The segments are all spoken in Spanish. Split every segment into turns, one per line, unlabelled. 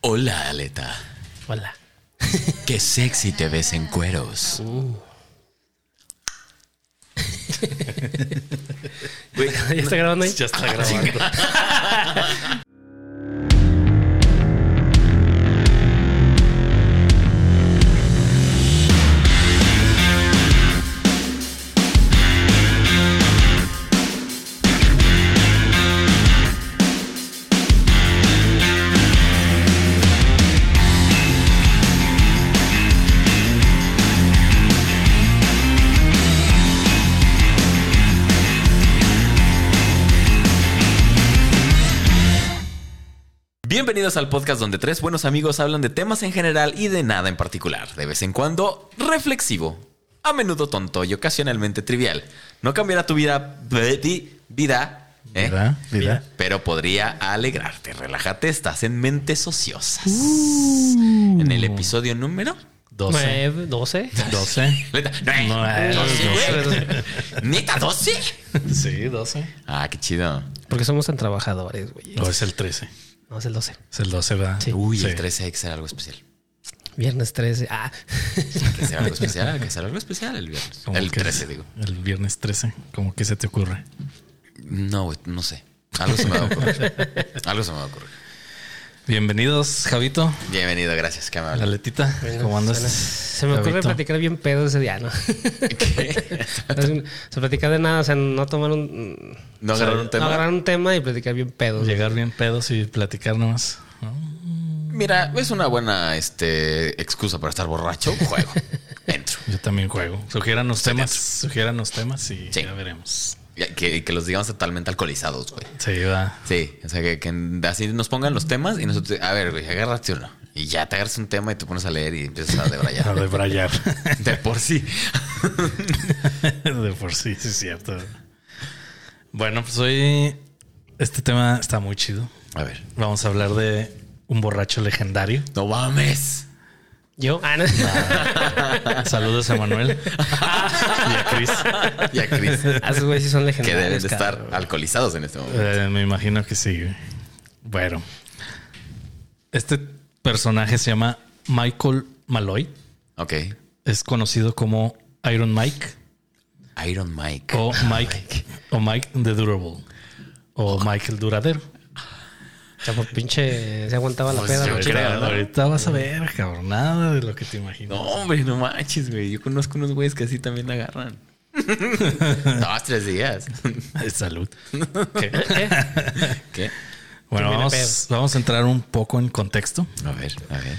Hola, Aleta.
Hola.
Qué sexy te ves en cueros.
¿Ya está grabando ahí?
Ya está grabando.
Bienvenidos al podcast donde tres buenos amigos hablan de temas en general y de nada en particular. De vez en cuando, reflexivo. A menudo tonto y ocasionalmente trivial. No cambiará tu vida, Betty, vida, ¿eh?
¿Verdad? ¿Verdad?
pero podría alegrarte. Relájate, estás en mentes ociosas. En el episodio número...
12.
Nueve, doce.
12.
Neta, ¿nueve?
No, eh,
¿Doce, güey? ¿Neta 12?
Sí, 12.
Ah, qué chido.
Porque somos tan trabajadores, güey.
O es el 13.
No, es el 12.
Es el 12, ¿verdad?
Sí.
Uy,
Sí.
el 13 hay que ser algo especial.
Viernes 13. Ah.
Hay que ser algo especial, hay que ser algo especial el viernes.
Como
El
que
13,
es-
digo.
El viernes 13. ¿Cómo que se te ocurre?
No, güey, no sé. Algo se me va a ocurrir. Algo se me va a ocurrir.
Bienvenidos, Javito.
Bienvenido, gracias, que amable.
La letita.
Bueno,
¿Cómo andas?
suena- Se me ocurre
Javito?
platicar bien pedo ese día, ¿no?
¿Qué?
Se platicar de nada, o sea, no tomar un...
No agarrar un
no agarrar
tema.
un tema y platicar bien pedo.
Llegar bien pedos y platicar nomás. ¿no?
Mira, es una buena este, excusa para estar borracho. Juego. Entro.
Yo también juego. Sugieran los temas. Sugieran los temas y
Sí.
ya veremos.
Ya, Que, que los digamos totalmente alcoholizados, güey.
Sí, va.
Sí, o sea, que, que así nos pongan los temas y nosotros, a ver, güey, agárrate uno. Y ya te agarras un tema y te pones a leer y empiezas a
A
debrayar.
debrayar.
De por sí.
De por sí, sí es cierto. Bueno, pues hoy este tema está muy chido.
A ver.
Vamos a hablar de un borracho legendario.
No mames.
¿Yo? Ah, no.
Saludos a Manuel y a Cris.
Ya, Cris.
Ah, esos güeyes sí son
Que
legendarios.
deben de estar
cabrón.
alcoholizados en este momento.
Eh, me imagino que sí. güey. Bueno, este personaje se llama Michael Malloy.
Ok.
Es conocido como Iron Mike
Iron Mike.
o Mike o Mike the Durable o Mike el Duradero.
O sea, por pinche... Se aguantaba la
Pues
peda.
yo
¿no?
creo.
Ahorita, ahorita vas a ver, cabrón, nada de lo que te
No,
imaginas.
hombre, no manches, güey. Yo conozco unos güeyes que así también agarran. Dos, tres días.
Ay, Salud.
¿Qué?
Bueno,
Termina
vamos, vamos a entrar un poco en contexto.
A ver, a ver.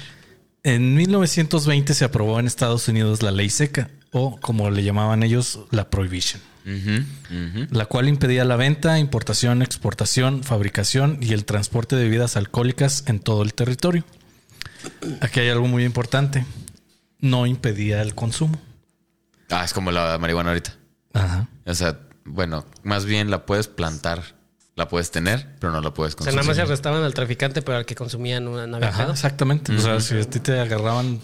En 1920 se aprobó en Estados Unidos la ley seca, o como le llamaban ellos, la prohibition,
Ujú, ujú.
la cual impedía la venta, importación, exportación, fabricación y el transporte de bebidas alcohólicas en todo el territorio. Aquí hay algo muy importante. No impedía el consumo.
Ah, es como la marihuana ahorita.
Ajá.
O sea, bueno, más bien la puedes plantar, la puedes tener, pero no la puedes
O sea, nada
consumir.
más se arrestaban al traficante, pero al que consumía no, no había
Ajá,
pedo.
exactamente. O sea, si a ti te agarraban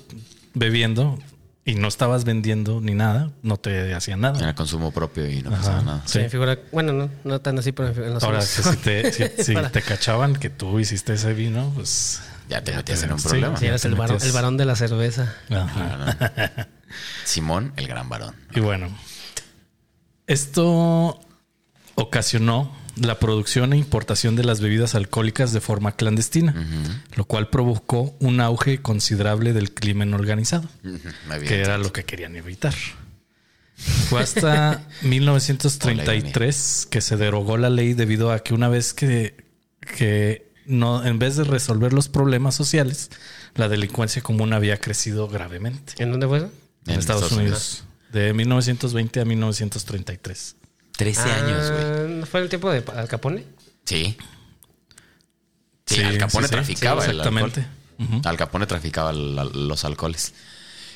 bebiendo y no estabas vendiendo ni nada, no te hacían nada.
Era consumo propio y no
Ajá,
pasaba nada.
Se me figura, bueno, no, no tan así, pero en los
Ahora,
ojos.
que si te, si- si
Para-
te cachaban que tú hiciste ese vino, pues.
Ya te metías en un
sí,
problema.
Sí, eras
te
el varón,
metías-
el varón de la cerveza.
Ajá.
Simón, el gran varón.
Y bueno, esto ocasionó la producción e importación de las bebidas alcohólicas de forma clandestina, lo cual provocó un auge considerable del crimen organizado.
Ujú, Muy
que
bien.
era lo que querían evitar. Fue hasta 1933 que se derogó la ley debido a que una vez que, que no, en vez de resolver los problemas sociales, la delincuencia común había crecido gravemente
¿En dónde fue eso?
en, Estados, Unidos. De 1920 a 1933.
13 años, güey.
Ah, ¿no ¿Fue el tiempo de Al Capone?
Sí. Sí, Al Capone
sí, sí.
traficaba
Sí,
el alcohol.
exactamente. Ujú.
Al Capone traficaba la- los alcoholes.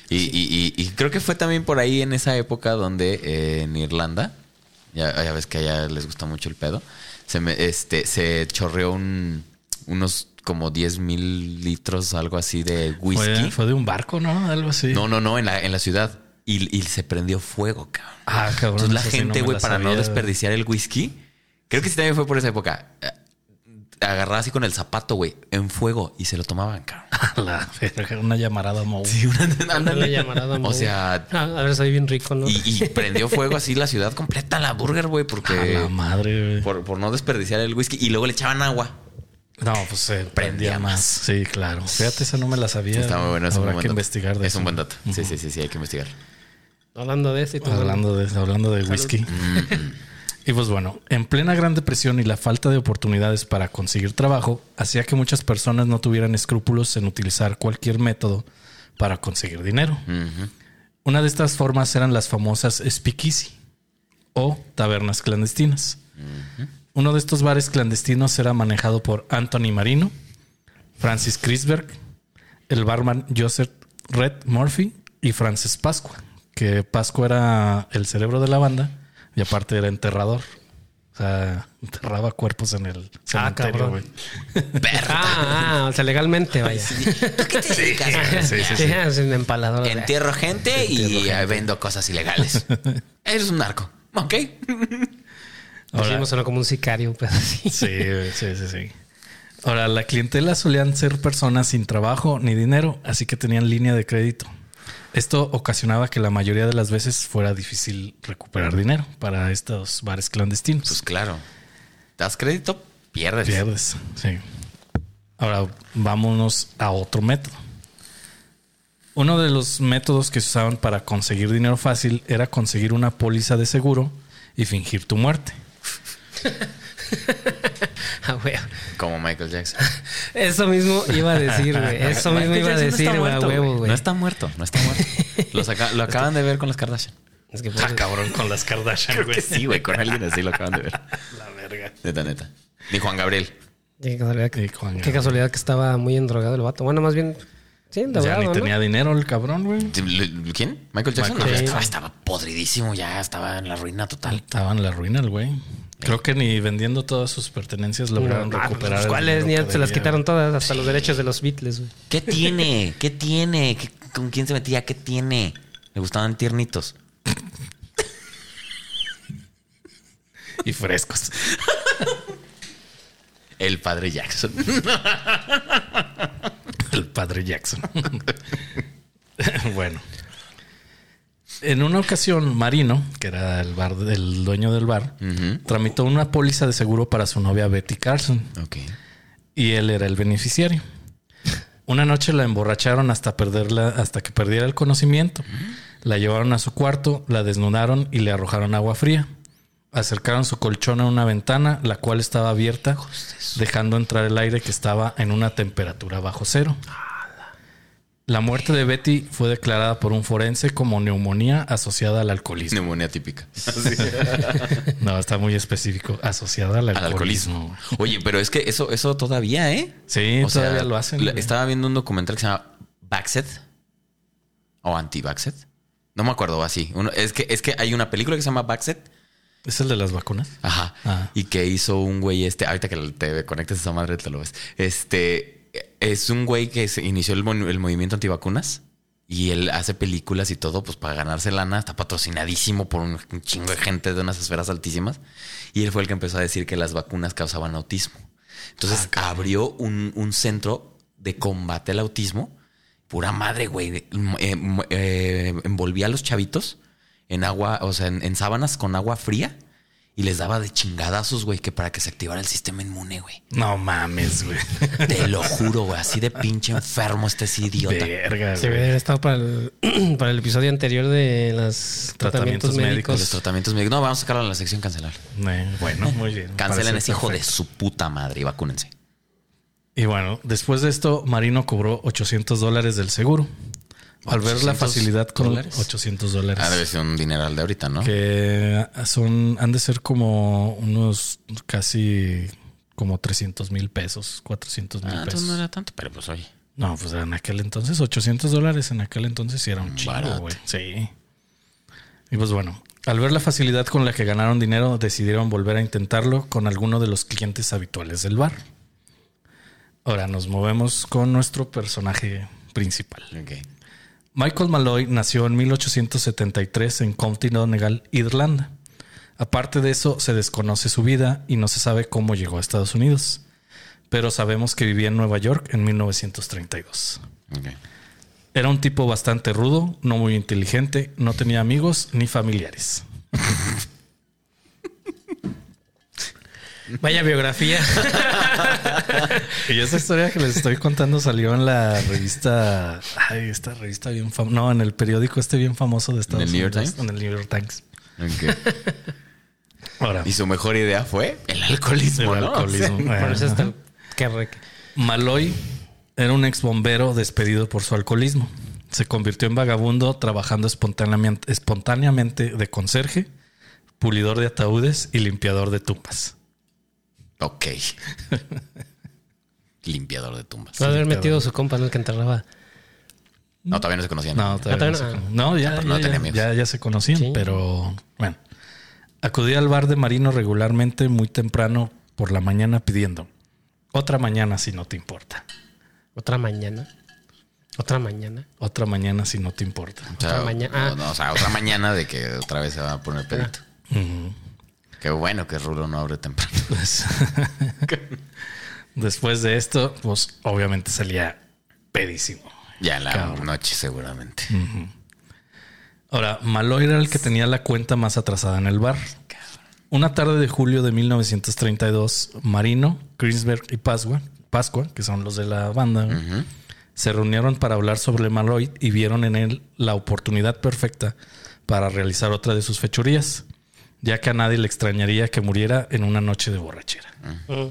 Y, y- y- y creo que fue también por ahí en esa época donde eh, en Irlanda, ya, ya ves que allá les gusta mucho el pedo, se, me- este, se chorreó un- unos como 10 mil litros, algo así de whisky.
Fue, fue de un barco, ¿no? Algo así.
No, no, no, en la, en la ciudad. Y, y se prendió fuego, cabrón.
Ah, cabrón,
Entonces la
esa sí no
gente,
me
güey,
la
para no
sabía.
desperdiciar el whisky, creo que sí también fue por esa época. eh, Agarraba así con el zapato, güey, en fuego y se lo tomaban, cabrón.
La verga, una llamarada Mou.
Sí, una, una-
Ándale,
una-
llamarada,
O
amor.
sea,
Ah, a ver, soy bien rico, ¿no?
y, y prendió fuego así la ciudad completa, la burger, güey,
A
porque
la madre, güey.
por, por no desperdiciar el whisky y luego le echaban agua.
No, pues se prendía
Prendía
más.
más.
Sí, claro. Fíjate, esa no me la sabía.
Está muy bueno, es un
Habrá
buen
que
dato.
investigar de
Es un
eso.
buen dato. Sí, sí, sí, sí, hay que investigar.
Hablando de eso y todo.
Hablando de, hablando de whisky.
Mm-hmm.
Y pues bueno, en plena Gran Depresión y la falta de oportunidades para conseguir trabajo hacía que muchas personas no tuvieran escrúpulos en utilizar cualquier método para conseguir dinero.
Ujú.
Una de estas formas eran las famosas speakeasy o tabernas clandestinas. Uno de estos bares clandestinos era manejado por Anthony Marino, Francis Crisberg, el barman Joseph Red Murphy y Francis Pascua, que Pascua era el cerebro de la banda y aparte era enterrador. O sea, enterraba cuerpos en el cementerio,
cabrón.
güey.
Ah, ah, o sea, legalmente, vaya.
¿Tú qué te dedicas?
Sí, sí, sí.
Sí, es un empalador.
Entierro gente y eh, vendo cosas ilegales. Eres un narco. Ok.
Decimos sonó como un sicario, pues así.
Sí, güey, sí, sí, sí. Ahora, la clientela solían ser personas sin trabajo ni dinero, así que tenían línea de crédito. Esto ocasionaba que la mayoría de las veces fuera difícil recuperar dinero para estos bares
Pues
clandestinos.
claro. Das crédito, pierdes.
Pierdes, sí. Ahora, vámonos a otro método. Uno de los métodos que se usaban para conseguir dinero fácil era conseguir una póliza de seguro y fingir tu muerte.
Ah, güey.
Como Michael Jackson.
Eso mismo iba a decir, güey. Eso mismo
Michael
iba a
Jackson no
decir,
está
güey, a
muerto,
huevo, güey.
No está muerto, no está muerto. Lo, saca- lo acaban de ver con las Kardashian.
Es que pues, por-
Ah, cabrón, con las Kardashian, güey.
Sí, güey, con alguien así lo acaban de ver.
La verga.
Neta, neta. Ni Juan Gabriel.
Qué casualidad, que,
Sí, Juan
qué
Gabriel.
casualidad que estaba muy endrogado el vato. Bueno, más bien, sí,
Ya
endrogado,
ni
¿no?
tenía dinero el cabrón, güey.
¿Quién? Michael Jackson.
Michael
No,
Jackson.
Estaba, estaba podridísimo ya, estaba en la ruina total.
Estaba en la ruina el güey. Creo que ni vendiendo todas sus pertenencias lograron
Ah, pues,
recuperar. el
¿Cuáles? Ni-
dinero que
se las
debía,
quitaron todas, hasta los derechos de los Beatles, güey.
¿Qué tiene? ¿Qué tiene? ¿Qué- ¿Con quién se metía? ¿Qué tiene? Le gustaban tiernitos.
güey. Y frescos.
El padre Jackson.
El padre Jackson. bueno. En una ocasión, Marino, que era el, bar, el dueño del bar,
Ujú.
tramitó una póliza de seguro para su novia Betty Carson.
Ok.
y él era el beneficiario. Una noche la emborracharon hasta perderla, hasta que perdiera el conocimiento. La llevaron a su cuarto, la desnudaron y le arrojaron agua fría. Acercaron su colchón a una ventana, la cual estaba abierta, dejando entrar el aire que estaba en una temperatura bajo cero. La muerte de Betty fue declarada por un forense como neumonía asociada al alcoholismo.
Neumonía típica.
No, está muy específico, asociada al
Al
alcoholismo.
alcoholismo. Oye, pero es que eso, eso todavía, ¿eh?
Sí,
O sea,
todavía lo hacen.
la-
güey.
estaba viendo un documental que se llama Baxet o Anti-Baxet. No me acuerdo así. Uno- es, que, es que hay una película que se llama Baxet.
¿Es el de las vacunas?
Ajá.
Ah.
Y que hizo un güey este. Ahorita que te conectes a esa madre, te lo ves. Este es un güey que se inició el, mon- el movimiento antivacunas y él hace películas y todo, pues para ganarse lana. Está patrocinadísimo por un, un chingo de gente de unas esferas altísimas. Y él fue el que empezó a decir que las vacunas causaban autismo. Entonces abrió un, un centro de combate al autismo. Pura madre, güey. de- em- em- eh, envolvía a los chavitos en agua, o sea, en, en sábanas con agua fría y les daba de chingadazos, güey, que para que se activara el sistema inmune, güey.
No mames, güey.
Te lo juro, güey. Así de pinche enfermo está ese idiota.
Verga,
Se
güey.
hubiera estado para el, para el episodio anterior de los
Tratamientos
tratamientos,
médicos.
médicos.
Los tratamientos médicos. No, vamos a sacarlo en la sección cancelar.
Eh, Bueno, muy bien.
Cancelen
Parece
ese hijo de
perfecto. Pues,
su puta madre y vacúnense.
Y bueno, después de esto, Marino cobró 800 dólares del seguro. Al ver la
800
facilidad con
dólares.
800
Ha de haber
dólares.
sido un dineral de ahorita, ¿no?
Que son, han de ser como unos casi como 300 mil pesos, 400 mil
Ah, entonces
pesos.
no
No,
era tanto, pero pues oye.
pues en aquel entonces, 800 dólares en aquel entonces sí era un chingo,
Barato.
güey. Sí. Y pues bueno, al ver la facilidad con la que ganaron dinero, decidieron volver a intentarlo con alguno de los clientes habituales del bar. Ahora nos movemos con nuestro personaje principal.
Ok.
Michael Malloy nació en 1873 en County Donegal, Irlanda. Aparte de eso, se desconoce su vida y no se sabe cómo llegó a Estados Unidos. pero sabemos que vivía en Nueva York en 1932.
Ok.
Era un tipo bastante rudo, no muy inteligente, no tenía amigos ni familiares.
Vaya biografía.
Y esa historia que les estoy contando salió en la revista, ay, esta revista bien famosa, no, en el periódico este bien famoso de Estados
el New York
Unidos,
Times?
en el New York Times.
Ok.
Ahora,
Y su mejor idea fue el alcoholismo.
El
¿no?
alcoholismo.
O sea,
Por eso
Ajá.
está qué re-
Maloy era un ex bombero despedido por su alcoholismo. Se convirtió en vagabundo trabajando espontáneamente, espontáneamente de conserje, pulidor de ataúdes y limpiador de tumbas.
ok. Limpiador de tumbas.
Va a haber
Sí,
metido su compa, ¿no? El que enterraba.
No, todavía no se conocían.
No, todavía no, se
todavía
con- no, ya,
Ah, no
ya,
tenía
ya-
amigos.
ya- ya se conocían,
Sí.
pero bueno. Acudía al bar de Marino regularmente muy temprano por la mañana pidiendo. Otra mañana si no te importa.
Otra mañana. Otra mañana.
Otra mañana si no te importa.
O sea,
Otra mañana.
no, no, o sea, otra mañana de que otra vez se va a poner pedito.
Ujú.
Qué bueno que Rulo no abre temprano.
Pues, Después de esto, pues obviamente salía pedísimo.
Ya en la
Cabrón.
noche seguramente.
Ahora, Maloy era el que tenía la cuenta más atrasada en el bar. Una tarde de julio de 1932, Marino, Greensberg y Pascua, Pascua, que son los de la banda, güey,
Ujú.
se reunieron para hablar sobre Maloy y vieron en él la oportunidad perfecta para realizar otra de sus fechorías, ya que a nadie le extrañaría que muriera en una noche de borrachera.
Mm.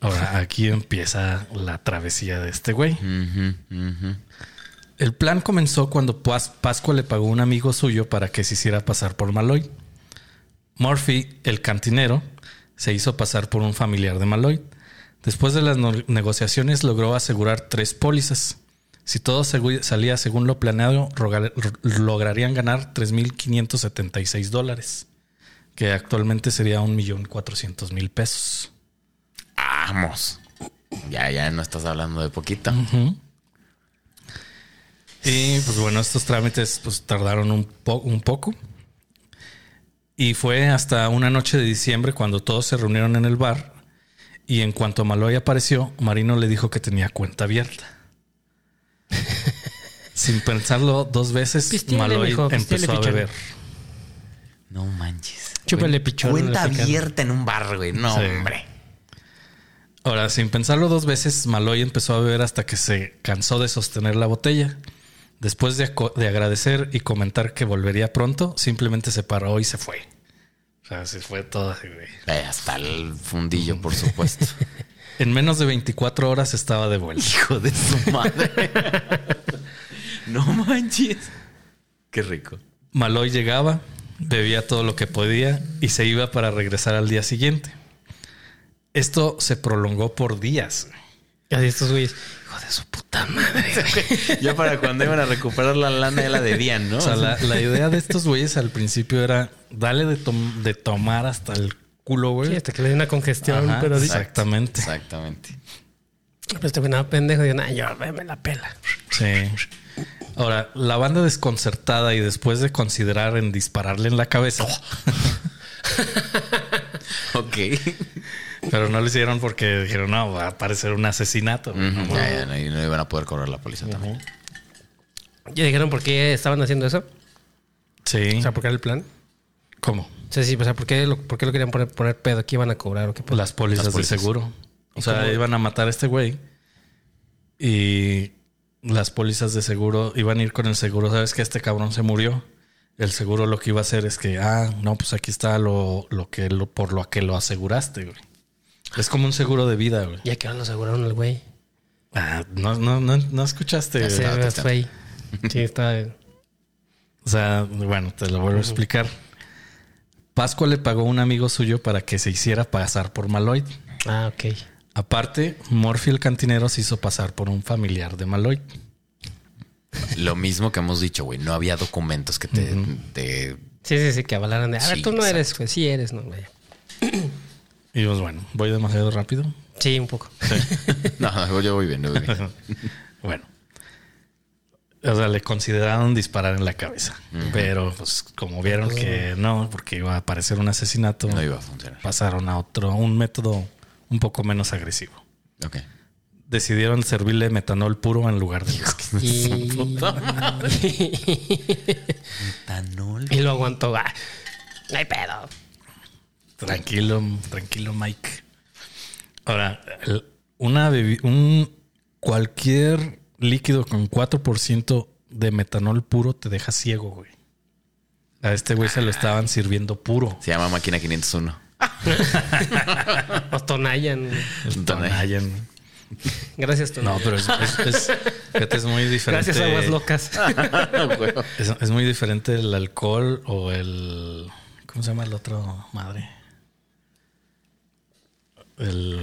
Ahora, aquí empieza la travesía de este güey.
Ujú, ujú.
El plan comenzó cuando Pas- Pascua le pagó a un amigo suyo para que se hiciera pasar por Maloy. Murphy, el cantinero, se hizo pasar por un familiar de Maloy. Después de las no- negociaciones logró asegurar tres pólizas. Si todo segu- salía según lo planeado, rogar- r- lograrían ganar 3.576 dólares, que actualmente sería 1.400.000 pesos.
Vamos. Ya, ya no estás hablando de poquito.
Ujú. Y pues bueno, estos trámites pues tardaron un, po- un poco. Y fue hasta una noche de diciembre cuando todos se reunieron en el bar. Y en cuanto Maloy apareció, Marino le dijo que tenía cuenta abierta. Sin pensarlo dos veces,
Pístele,
Maloy
mijo, pístele,
empezó a
pichón.
beber.
No manches.
Chúpale
Cuen-
pichón,
Cuenta
le picaron.
abierta en un bar, güey. No,
Sí.
hombre.
Ahora, sin pensarlo dos veces, Maloy empezó a beber hasta que se cansó de sostener la botella. Después de, aco- de agradecer y comentar que volvería pronto, simplemente se paró y se fue. O sea, se fue todo así, güey.
Eh, Hasta el fundillo, por supuesto.
En menos de 24 horas estaba de vuelta.
Hijo de su madre. no manches. Qué rico.
Maloy llegaba, bebía todo lo que podía y se iba para regresar al día siguiente. Esto se prolongó por días.
Así estos güeyes. Hijo de su puta madre.
Ya para cuando iban a recuperar la lana era de día, ¿no?
O sea, la, la idea de estos güeyes al principio era dale de, tom- de tomar hasta el culo, güey.
Sí, hasta que le dio una congestión.
Ajá,
pero dice,
exactamente.
Exactamente.
pero este güey nada pendejo. Digo, nah, yo me la pela.
Sí. Ahora, la banda desconcertada y después de considerar en dispararle en la cabeza,
Ok.
pero no lo hicieron porque dijeron, no, va a parecer un asesinato. güey".
Ujú, ya, ya, no, y no iban a poder cobrar la póliza también.
Ya dijeron por qué estaban haciendo eso.
Sí.
O sea, por qué era el plan.
¿Cómo?
O sea, sí, o sea, ¿por qué lo, por qué lo querían poner, poner pedo? ¿Qué iban a cobrar o qué pedo?
Las pólizas,
Las pólizas.
de seguro. O
¿Y
sea,
cómo?
iban a matar a este güey y las pólizas de seguro iban a ir con el seguro. Sabes que este cabrón se murió. El seguro lo que iba a hacer es que, ah, no, pues aquí está lo, lo que lo, por lo que lo aseguraste, güey. Es como un seguro de vida, güey.
Ya que ahora lo aseguraron al güey.
Ah, no, no, no, no escuchaste.
Ya se
no,
ve
te-
fue ahí. Sí, está.
O sea, bueno, te lo vuelvo a explicar. Pascua le pagó a un amigo suyo para que se hiciera pasar por Maloid.
Ah, ok.
Aparte, Morphy el cantinero se hizo pasar por un familiar de Maloid.
Lo mismo que hemos dicho, güey. No había documentos que te, te-
Sí, sí, sí, que avalaran de. A ver,
Sí,
tú no eres, güey. Sí eres, no, güey.
Y pues bueno, voy demasiado rápido.
Sí, un poco.
No, yo voy bien, yo voy bien.
Bueno. O sea, le consideraron disparar en la cabeza. Pero pues como vieron que no, porque iba a parecer un asesinato,
No iba a funcionar.
pasaron a otro, un método un poco menos agresivo.
Ok.
decidieron servirle metanol puro en lugar de whisky.
Y...
Metanol.
y lo aguantó. va. No hay pedo.
Tranquilo, tranquilo, Mike. Ahora, el- una bebi- un cualquier líquido con 4% de metanol puro te deja ciego, güey. A este güey se lo estaban sirviendo puro.
Se llama Máquina 501.
Los Tonayan.
Tonayan, güey.
Gracias,
No,
Tonayan.
pero es, es- es- fíjate, es muy diferente. Ah.
Gracias, Aguas Locas.
Huevo.
Es, es muy diferente el alcohol o el. ¿Cómo se llama el otro madre? El.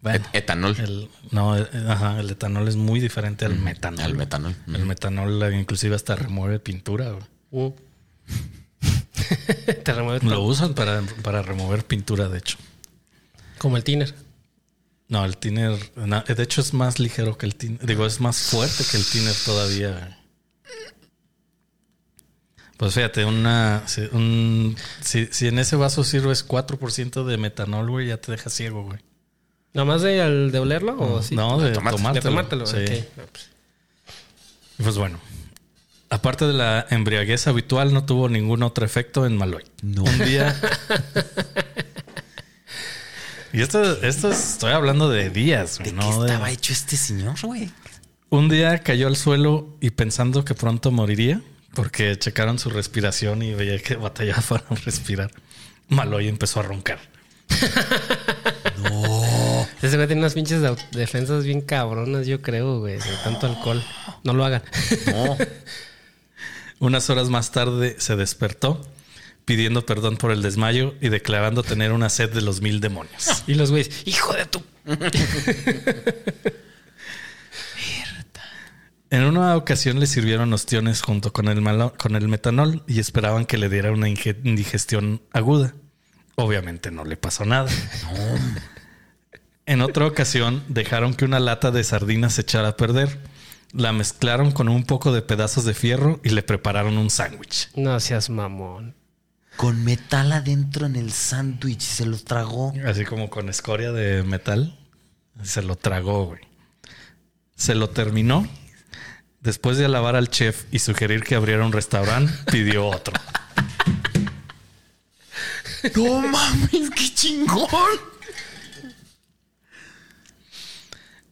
Bueno,
Etanol.
el- no, eh, ajá, el etanol es muy diferente al metanol.
Al metanol. Mm.
El metanol eh, inclusive hasta remueve pintura. güey.
Uh. Te remueve todo.
Lo usan para, para remover pintura, de hecho.
Como el tiner.
No, el tiner, na- eh, de hecho es más ligero que el tiner. Digo, es más fuerte que el tiner todavía. Pues fíjate, una, si, un- si, si en ese vaso sirves 4% de metanol, güey, ya te deja ciego, güey.
¿Nomás de, al- de olerlo o Oh, sí?
no, de
tomarte-
tomártelo.
De tomártelo.
Sí.
ok. No, pues,
Pues bueno, aparte de la embriaguez habitual, no tuvo ningún otro efecto en Maloy.
No.
Un día... y esto, esto estoy hablando de días, güey,
¿De
no
qué
de-
estaba hecho este señor, güey?
Un día cayó al suelo y pensando que pronto moriría, porque checaron su respiración y veía que batallaba para respirar, Maloy empezó a roncar.
Ese güey tiene unas pinches de au- defensas bien cabronas, yo creo, güey. De tanto alcohol. No lo hagan.
No.
Unas horas más tarde se despertó, pidiendo perdón por el desmayo y declarando tener una sed de los mil demonios.
y los güeyes, hijo de tu.
En una ocasión le sirvieron ostiones junto con el, malo- con el metanol y esperaban que le diera una inge- indigestión aguda. Obviamente no le pasó nada. En otra ocasión dejaron que una lata de sardinas se echara a perder. La mezclaron con un poco de pedazos de fierro y le prepararon un sándwich.
No seas mamón.
Con metal adentro en el sándwich. Se lo tragó.
Así como con escoria de metal. Se lo tragó, güey. Se lo terminó. Después de alabar al chef y sugerir que abriera un restaurante, pidió otro.
No mames, qué chingón.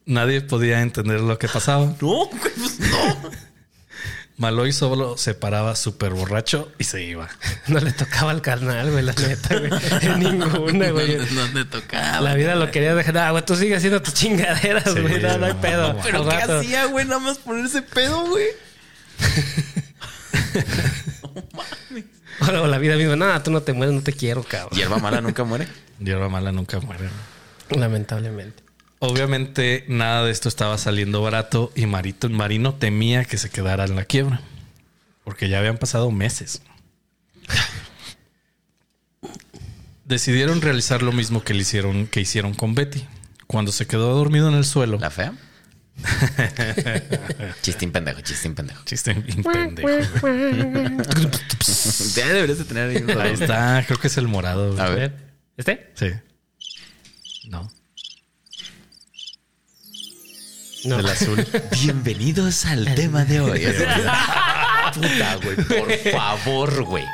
Nadie podía entender lo que pasaba.
No, güey, pues no.
Maloy solo se paraba súper borracho y se iba.
No le tocaba al carnal, güey, la neta, güey. En ninguna, güey.
No, no te tocaba.
La vida lo quería dejar. Ah, güey, tú sigue haciendo tus chingaderas,
Sí,
güey. No, no hay
no,
pedo.
no,
Pero
Al
¿qué
rato.
hacía, güey? Nada más ponerse pedo, güey.
O la vida misma. Nada, tú no te mueres, no te quiero, cabrón.
Hierba mala nunca muere.
Hierba mala nunca muere. ¿no?
Lamentablemente.
Obviamente nada de esto estaba saliendo barato y Marito, Marino temía que se quedara en la quiebra, porque ya habían pasado meses. Decidieron realizar lo mismo que, le hicieron, que hicieron con Betty. Cuando se quedó dormido en el suelo,
¿La fea? chistín pendejo, chistín pendejo.
chiste bien pendejo, güey.
Pues Ya deberías de tener ahí un
Ahí
rollo.
está, creo que es el morado. güey.
A ver.
¿Este?
Sí. No,
No. Ah,
el azul.
Bienvenidos al tema de hoy. Puta, güey, por favor, güey.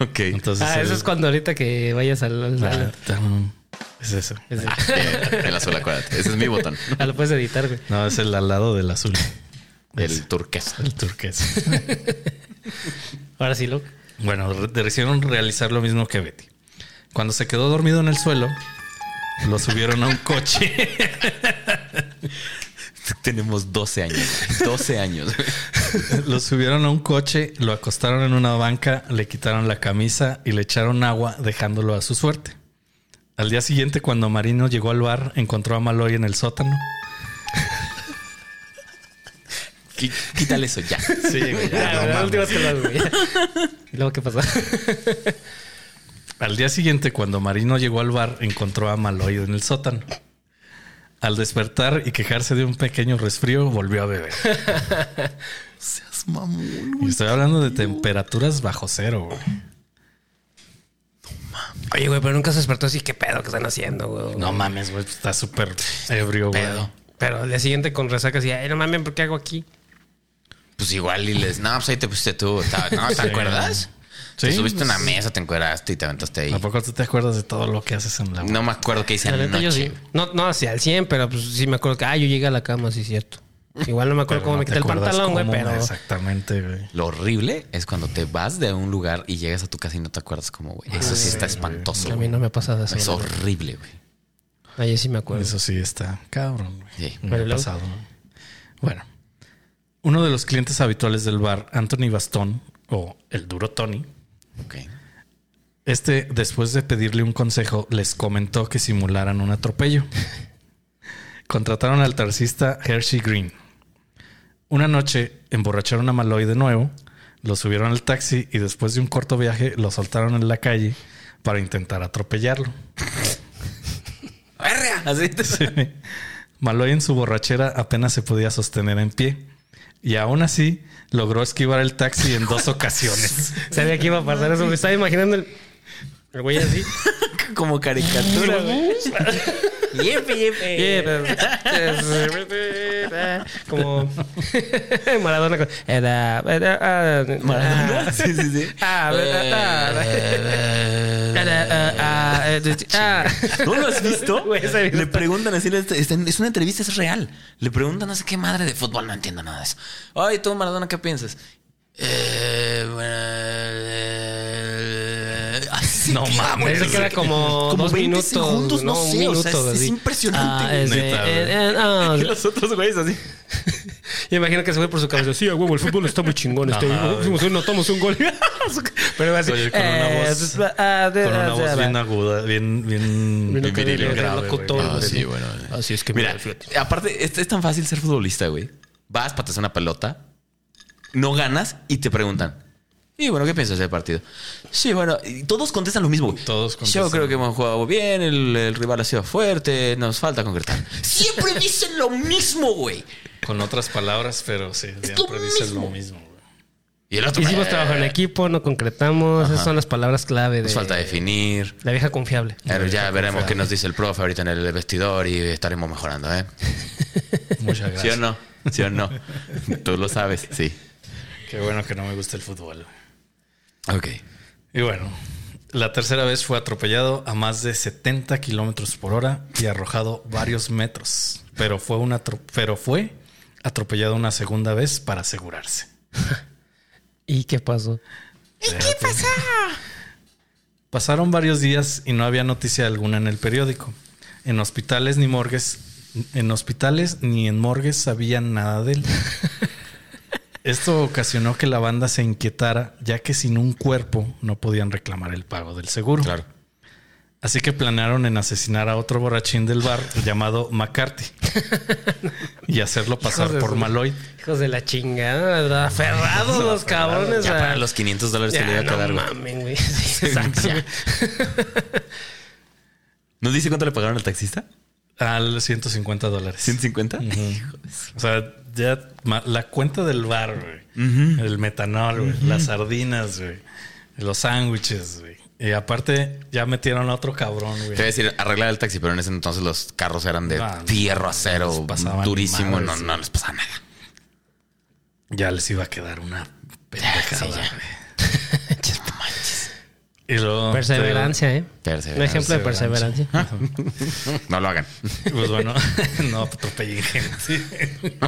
Ok.
Entonces,
Ah,
el-
eso es cuando ahorita que vayas al. al-
Ah,
al-
tam, es eso.
es el-
El azul, acuérdate. Ese es mi botón.
ah, lo puedes editar, güey.
No, es el al lado del azul. Es
El turquesa.
el turquesa.
Ahora sí, loco.
Bueno, re- decidieron realizar lo mismo que Betty. Cuando se quedó dormido en el suelo, lo subieron a un coche.
Tenemos 12 años. 12 años.
lo subieron a un coche, lo acostaron en una banca, le quitaron la camisa y le echaron agua, dejándolo a su suerte. Al día siguiente, cuando Marino llegó al bar, encontró a Maloy en el sótano.
Qui- Quítale eso ya.
Sí,
Ah, la última vez que lo hago, güey. ¿Y luego qué pasó?
Al día siguiente, cuando Marino llegó al bar, encontró a Maloy en el sótano. Al despertar y quejarse de un pequeño resfrío, volvió a beber.
Seas mamón,
Y estoy hablando de temperaturas bajo cero. güey.
Oye, güey, pero nunca se despertó así. ¿Qué pedo que están haciendo, güey?
No mames, güey. Está súper ebrio, güey.
Pedo.
Pero al día siguiente con resaca así, ay, no mames, ¿por qué hago aquí?
Pues igual y les, no, pues ahí te pusiste tú. Estaba- No, ¿te
Sí.
acuerdas?
Sí,
te subiste
pues-
a una mesa, te encueraste y te aventaste ahí.
Tampoco tú te acuerdas de todo lo que haces en la
No me acuerdo qué hice
La neta, yo sí.
anoche.
No, no, hacia al 100, pero pues sí me acuerdo que, ah, yo llegué a la cama, sí, cierto. Igual no me acuerdo
Pero
cómo
no
me
te
quité el
acuerdas
pantalón, güey,
cómo,
pero.
Exactamente, güey.
Lo horrible es cuando te vas de un lugar y llegas a tu casa y no te acuerdas cómo, güey. Eso sí está espantoso.
A mí
güey.
no me ha pasado eso.
Es
la neta.
horrible, güey.
Ahí sí me acuerdo.
Eso sí está cabrón, güey.
Sí.
Me
Pero
ha
luego-
pasado. Bueno, uno de los clientes habituales del bar, Anthony Bastón o el duro Tony,
Ok.
este después de pedirle un consejo les comentó que simularan un atropello. Contrataron al taxista Hershey Green. Una noche emborracharon a Maloy de nuevo, lo subieron al taxi y después de un corto viaje lo soltaron en la calle para intentar atropellarlo.
Así te-
Sí. Maloy en su borrachera apenas se podía sostener en pie. Y aún así logró esquivar el taxi en dos ocasiones.
Sabía que iba a pasar eso. Me estaba imaginando el, el güey así.
Como caricatura, güey. Yepe, yepe.
Yeah, pero- Como Maradona. con- Era, era, ah,
Maradona.
ah,
Sí, sí, sí.
Ah, ¿verdad? era, ah, ah, eh, ah.
¿No lo has visto?
Güey, esa misma-
Le preguntan así, le- es es una entrevista, es real. Le preguntan no sé qué madre de fútbol, no entiendo nada de eso. Ay, tú, Maradona, ¿qué piensas? Eh, bueno, eh, así
No
que-
mames.
Pensé que era como, dos
20
minutos.
segundos, no,
un
sé, o sea,
minuto,
es, es
así.
impresionante.
Ah,
güey.
es de-
Neta, güey.
eh, eh, ah,
Y los otros güeyes así.
Yo imagino que se fue por su cabeza. Sí, a huevo, el fútbol está muy chingón. Este,
Ajá,
hicimos un- notamos un gol. Pero así.
Oye, con una
eh,
voz-
pues, ah, de-
Con una
ah,
voz
de-
bien aguda, bien, bien,
Bien
viril y
acá de- de
grave, güey.
locutor,
Ah,
güey.
sí, bueno.
eh.
Así es que
Mira,
fíjate.
aparte, es, es tan fácil ser futbolista, güey. Vas, pateas una pelota, no ganas y te preguntan. Y bueno, ¿qué piensas del partido? Sí, bueno, y todos contestan lo mismo, güey.
Todos contestan.
Yo creo que hemos jugado bien, el, el rival ha sido fuerte, nos falta concretar. Siempre dicen lo mismo, güey.
Con otras palabras, pero sí, siempre dices lo mismo. güey.
Y el otro. eh,
Hicimos trabajo en equipo, no concretamos. Esas son las palabras clave de
Nos falta definir.
la vieja confiable.
Eh.
Pero ya veremos qué nos dice el profe ahorita en el vestidor y estaremos mejorando, ¿eh?
Muchas gracias.
¿Sí o no? ¿Sí o no? Tú lo sabes, sí.
Qué bueno que no me gusta el fútbol. güey.
Ok.
Y bueno, la tercera vez fue atropellado a más de 70 kilómetros por hora y arrojado varios metros. Pero fue, una atro- pero fue atropellado una segunda vez para asegurarse.
¿Y qué pasó?
Pasaron varios días y no había noticia alguna en el periódico. En hospitales ni morgues, en hospitales ni en morgues sabían nada de él. Esto ocasionó que la banda se inquietara, ya que sin un cuerpo no podían reclamar el pago del seguro.
Claro.
Así que planearon en asesinar a otro borrachín del bar llamado McCarthy y hacerlo pasar
Hijos de
por
su-
Maloy.
Hijos de la chingada, ¿verdad? Aferrados los cabrones.
Ya
a-
para los 500 dólares
Ya,
que le iba a
no
quedar, güey.
mamen, güey. Sí, exacto.
Ya. ¿No dice cuánto le pagaron al taxista?
Al 150 dólares.
¿150?
Mm. O sea, ya ma- la cuenta del bar, güey. El metanol, güey. Las sardinas, güey. Los sándwiches, güey. Y aparte, ya metieron a otro cabrón,
Te
güey.
voy a decir, arreglar el taxi, pero en ese entonces los carros eran de
Ah,
fierro, acero,
les pasaban
durísimo.
madres,
No, no les pasaba nada.
Ya les iba a quedar una pendejada,
sí, ya.
güey. Y luego-
Perseverancia, ¿eh? Un
Perseverancia.
ejemplo de perseverancia.
No lo hagan.
Pues bueno, no atropellé gente.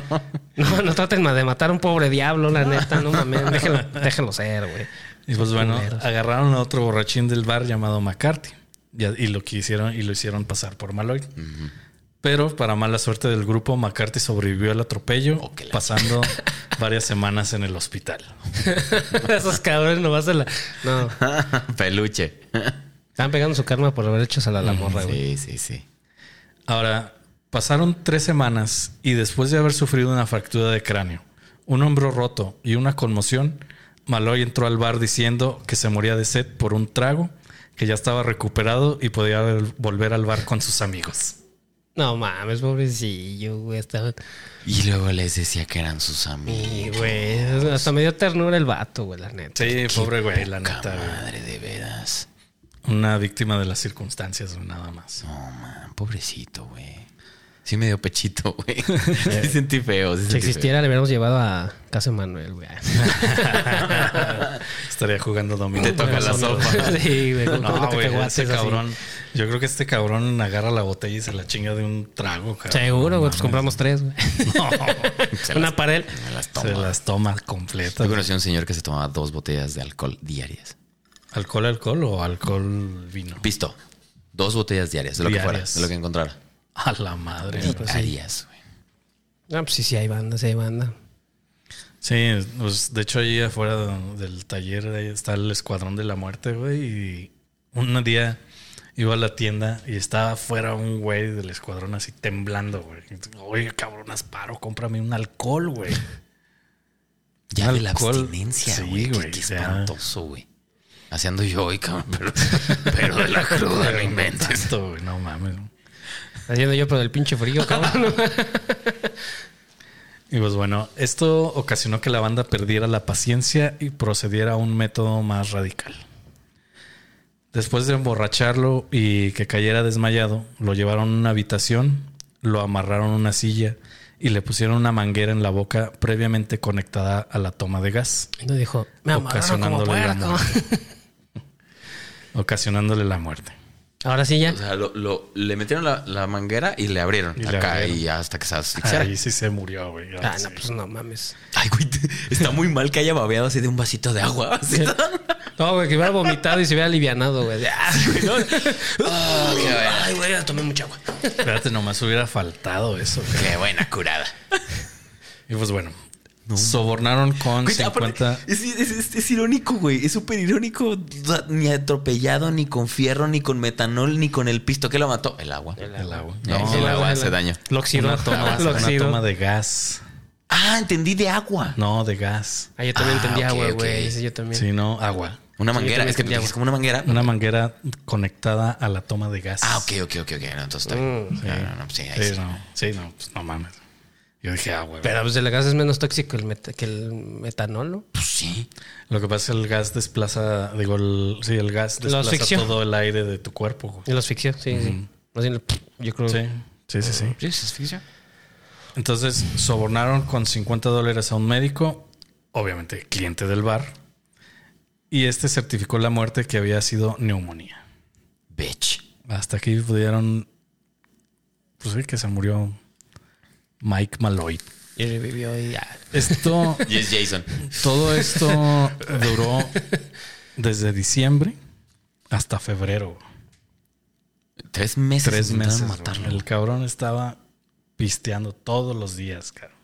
No, no traten de matar a un pobre diablo, la neta. No mames, déjelo, déjelo ser, güey.
Y pues bueno,
Culeros.
agarraron a otro borrachín del bar llamado McCarthy y, y lo quisieron y lo hicieron pasar por Maloy. Pero para mala suerte del grupo, McCarthy sobrevivió al atropello,
Oh, que la-
pasando varias semanas en el hospital.
Esos cabrones nomás se la... No,
Peluche.
estaban pegando su karma por haber hecho esa la, la morra, güey.
Mm, Sí, sí, sí.
Ahora, pasaron tres semanas y después de haber sufrido una fractura de cráneo, un hombro roto y una conmoción, Maloy entró al bar diciendo que se moría de sed por un trago, que ya estaba recuperado y podía vol- volver al bar con sus amigos.
No mames, pobrecillo, güey. Estaba...
Y luego les decía que eran sus amigos.
Y, güey, hasta me dio ternura el vato, güey, la neta.
Sí, pobre güey, la neta.
Puta
güey.
madre, de veras.
Una víctima de las circunstancias, nada más.
No, man, pobrecito, güey. Sí me dio pechito, güey. Sí sentí feo. sí
Si
sentí
existiera, le hubiéramos llevado a Casa Manuel, güey.
Estaría jugando dominó.
Te toca la sopa.
sí, güey. con
No,
unos
güey,
cacahuates
ese
así.
cabrón. Yo creo que este cabrón agarra la botella y se la chinga de un trago, cabrón.
Seguro,
No
güey. Pues
mames.
compramos tres, güey.
No,
Se
Una
las-
para él.
Me las
se
tomo.
las toma
Yo
completas.
conocí a un señor que se tomaba dos botellas de alcohol diarias.
¿Alcohol, alcohol o alcohol vino?
Visto. Dos botellas diarias, de lo que
Diarias. Eh, pues
fuera, de lo que encontrara.
A la madre.
Pues, Diarias, güey.
Ah, pues sí, sí, hay banda, sí hay banda.
Sí, pues de hecho ahí afuera de- del taller ahí está el escuadrón de la muerte, güey. Y un día iba a la tienda y estaba afuera un güey del escuadrón así temblando, güey. Y digo, Oye, cabrón, asparo, cómprame un alcohol, güey.
Ya de la
Alcohol.
abstinencia,
Sí,
güey. qué-
güey,
Qué
o sea.
espantoso, güey. Haciendo yo hoy, cabrón. Pero, pero de la cruda, no inventes.
Esto, güey, no mames.
Haciendo yo, pero del pinche frío, cabrón.
Y pues bueno, esto ocasionó que la banda perdiera la paciencia y procediera a un método más radical. Después de emborracharlo y que cayera desmayado, lo llevaron a una habitación, lo amarraron a una silla y le pusieron una manguera en la boca previamente conectada a la toma de gas,
Y nos dijo, me amarraron como
Ocasionándole la
puerco.
ocasionándole la muerte.
Ahora sí ya.
O sea, lo, lo- le metieron la, la manguera y le abrieron
Y le
acá
abrieron.
y hasta que se asfixiara.
Ahí sí se murió, güey.
Ah,
Sí.
no, pues no mames.
Ay, güey, te- está muy mal que haya babeado así de un vasito de agua. así.
No, güey, que hubiera vomitado y se hubiera alivianado, güey. Ah, güey, no.
Ah,
Ay, güey, ya tomé mucha agua.
Espérate, nomás hubiera faltado eso. güey.
Qué buena curada.
Y pues bueno, sobornaron con
Güey,
50...
aparte, es, es- es- es irónico, güey. Es súper irónico. O sea, Ni atropellado, ni con fierro, ni con metanol, ni con el pisto. ¿Qué lo mató? El agua.
El agua.
No, el agua hace daño.
Loxiro.
Una toma,
Lo
una
oxidó.
toma de gas.
Ah, entendí de agua.
No, de gas.
Ah, yo también
Ah,
entendí
ok,
agua,
ok.
güey. Sí, yo también.
Sí, no, agua.
Una
Sí,
manguera.
yo
Es que
también entendí
es
agua.
como una manguera.
Una manguera conectada a la toma de gas.
Ah, ok, ok, ok, ok. No, entonces está bien. No, no, no, pues sí, ahí
Sí,
sí.
no, sí, no, pues no mames. Yo dije "Ah, agua.
Pero pues el gas es menos tóxico el meta- que el metanol, ¿no?
Pues sí.
Lo que pasa es que el gas desplaza, digo, el, sí, el gas
Lo
desplaza
asfixia.
todo el aire de tu cuerpo. güey.
Y los asfixió, sí, sí. Más bien, lo- yo creo.
Sí, sí, sí, sí.
¿Sí es asfixia?
Entonces sobornaron con 50 dólares a un médico, obviamente cliente del bar, y este certificó la muerte que había sido neumonía.
Bitch.
Hasta aquí pudieron. Pues sí, que se murió Mike Malloy.
Y revivió y ya.
Esto,
Y es Jason.
todo esto duró desde diciembre hasta febrero.
Tres meses.
Tres
intentaron
meses.
matarlo.
güey. El cabrón estaba pisteando todos los días, cabrón.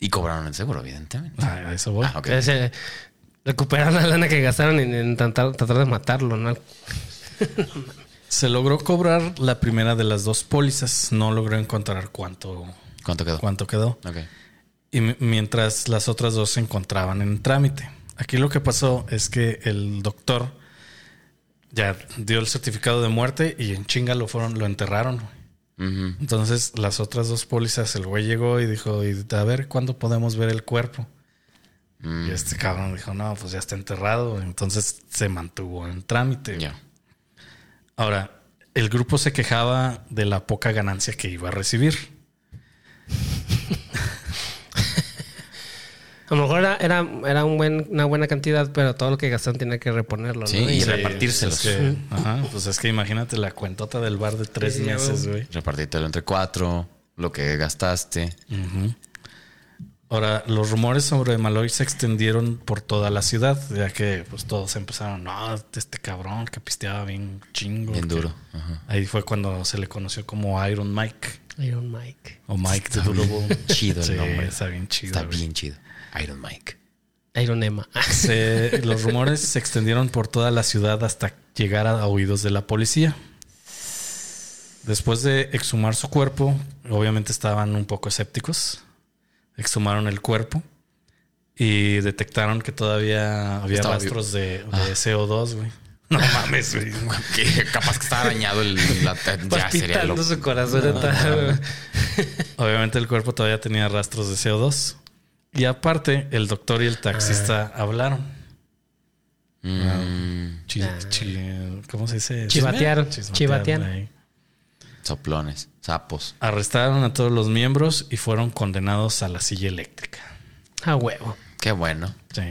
Y cobraron el seguro, evidentemente.
Ah, a eso voy.
Ah, ok.
Entonces, eh, recuperaron la lana que gastaron en, en tratar, tratar de matarlo, ¿no?
Se logró cobrar la primera de las dos pólizas. No logró encontrar cuánto,
¿Cuánto quedó?
cuánto quedó.
Ok.
y m- mientras las otras dos se encontraban en trámite. Aquí lo que pasó es que el doctor ya dio el certificado de muerte y en chinga lo fueron, lo enterraron. güey.
Ujú.
Entonces las otras dos pólizas, el güey llegó y dijo, "Y a ver, ¿cuándo podemos ver el cuerpo?
Mm,
Y este cabrón dijo, no, pues ya está enterrado. Entonces se mantuvo en trámite.
Ya.
güey. Ahora, el grupo se quejaba de la poca ganancia que iba a recibir.
A lo mejor era, era, era un buen, una buena cantidad, pero todo lo que gastaron tenía que reponerlo, ¿no?
Sí, y
Sí,
repartírselos.
es que- ajá, pues es que imagínate la cuentota del bar de tres
Sí, ya
meses, güey.
Repartítelo entre cuatro, lo que gastaste.
Ahora, los rumores sobre Maloy se extendieron por toda la ciudad, ya que pues todos empezaron, no, este cabrón que pisteaba bien chingo.
Bien
que-".
duro. Ajá.
Ahí fue cuando se le conoció como Iron Mike
Iron Mike.
o Mike the
Está bien
Durable.
chido el
Sí,
nombre.
Está bien chido.
Está
güey.
bien chido. Iron Mike.
Iron Emma. Ah,
Se- los rumores se extendieron por toda la ciudad hasta llegar a oídos de la policía. Después de exhumar su cuerpo, obviamente estaban un poco escépticos. Exhumaron el cuerpo y detectaron que todavía había
Estaba
rastros de, de CO2, güey. No mames, güey.
Que capaz que está dañado el. la- ya sería
Palpitando
lo.
su corazón. está-
Obviamente el cuerpo todavía tenía rastros de CO2. Y aparte, el doctor y el taxista hablaron.
Mm,
Chi- chi- ¿Cómo se dice?
Chismear. Chivatear.
güey.
Soplones, sapos.
Arrestaron a todos los miembros y fueron condenados a la silla eléctrica.
A huevo.
Qué bueno.
Sí.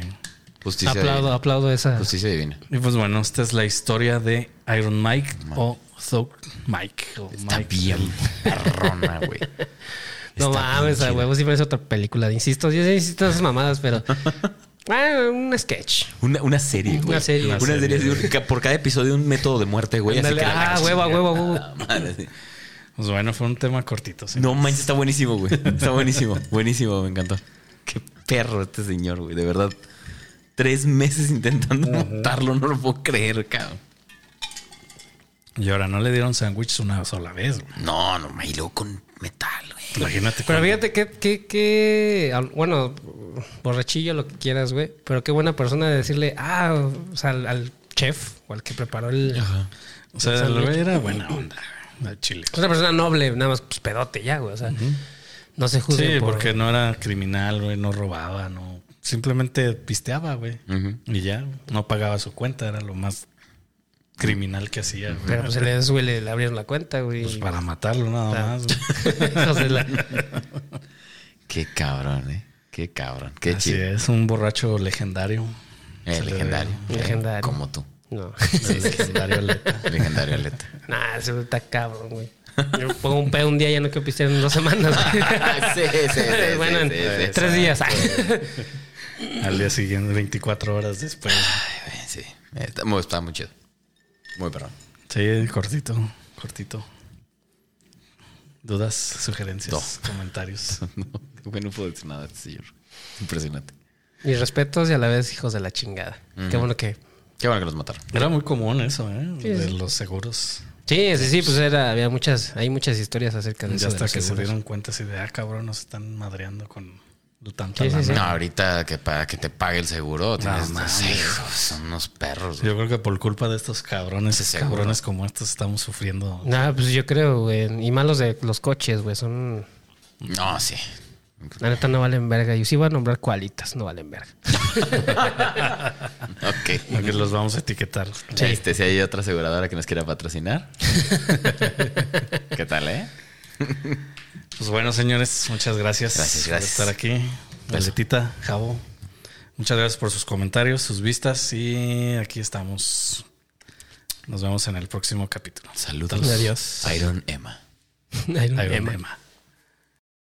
Justicia
aplaudo,
divina.
aplaudo esa.
Justicia divina.
Y pues bueno, esta es la historia de Iron Mike o Thug Mike. o
Está
Mike.
bien perrona, güey.
no
Está
mames,
bien
a
chida.
huevo. Sí parece otra película. Insisto, yo sí insisto en esas mamadas, pero. Ah, un sketch.
Una, una serie, güey.
Una serie.
Una
Una
serie, así, un- ca- por cada episodio un método de muerte, güey. así
Ándale,
que la-
ah,
la-
huevo, a huevo, a huevo.
la madre, sí.
Pues bueno, fue un tema cortito. sí.
No manches, está buenísimo, güey. Está buenísimo. Buenísimo, me encantó. Qué perro este señor, güey. De verdad. Tres meses intentando montarlo, no lo puedo creer, cabrón.
Y ahora no le dieron sándwiches una sola vez. güey.
No, no, me hilo con metal, güey.
Imagínate.
Pero
cuando-
fíjate que, que, que- al- bueno, borrachillo, lo que quieras, güey. Pero qué buena persona de decirle, ah, o sea, al, al chef o al que preparó el.
O sea, el güey era buena onda. güey, al chile.
Otra Pues persona noble, nada más pues, pedote ya, güey. O sea, no se juzgue.
Sí,
por-
porque no era criminal, güey, no robaba, no. Simplemente pisteaba, güey.
Ujú.
Y ya, no pagaba su cuenta, era lo más criminal que hacía, güey.
Pero pues se les güey, le le abrieron la cuenta, güey.
Pues para matarlo nada
Claro.
más. güey.
O sea, la-
Qué cabrón, eh. Qué cabrón. Qué
Así
chido.
es, un borracho legendario.
Eh, legendario.
le- Legendario.
Como tú.
No.
legendario Aleta.
Legendario Aleta.
Nah, eso está cabrón, güey. Yo pongo un pedo un día, ya no quiero pistear en dos semanas. güey.
sí, sí, sí, sí,
bueno, en
sí, sí.
tres días.
Al día siguiente, 24 horas después.
Ay, güey, Eh, sí. Está muy, está muy chido. Muy perrón.
Sí, cortito, cortito. ¿Dudas, sugerencias, comentarios?
No, güey, no puedo decir nada de este señor. Impresionante.
Mis respetos y a la vez hijos de la chingada. Qué bueno que.
Qué bueno que los mataron.
Era muy común eso, ¿eh?
Sí,
De
sí.
los seguros.
Sí, sí, sí, pues era, había muchas, hay muchas historias acerca de eso.
Ya
de
hasta
los
que se
seguros.
dieron cuenta así de, ah, cabrón, nos están madreando con tanta
Sí, sí,
lana".
sí.
No, ahorita que para que te pague el seguro, tienes
mames.
sí, hijo, son unos perros. güey.
Yo creo que por culpa de estos cabrones,
Sí, seguro.
cabrones como estos, estamos sufriendo.
Nah, pues yo creo, güey. Y malos de los coches, güey. Son.
No, sí.
La neta no valen verga. Yo sí iba a nombrar cualitas, no valen verga.
Ok.
Porque los vamos a etiquetar.
Este, si hay otra aseguradora que nos quiera patrocinar. ¿Qué tal, eh?
Pues bueno, señores, muchas gracias,
Gracias, gracias.
por estar aquí. Valetita, Javo. Muchas gracias por sus comentarios, sus vistas y aquí estamos. Nos vemos en el próximo capítulo.
Saludos.
Adiós.
Iron Emma.
Ay, no,
Iron
Emma.
Emma.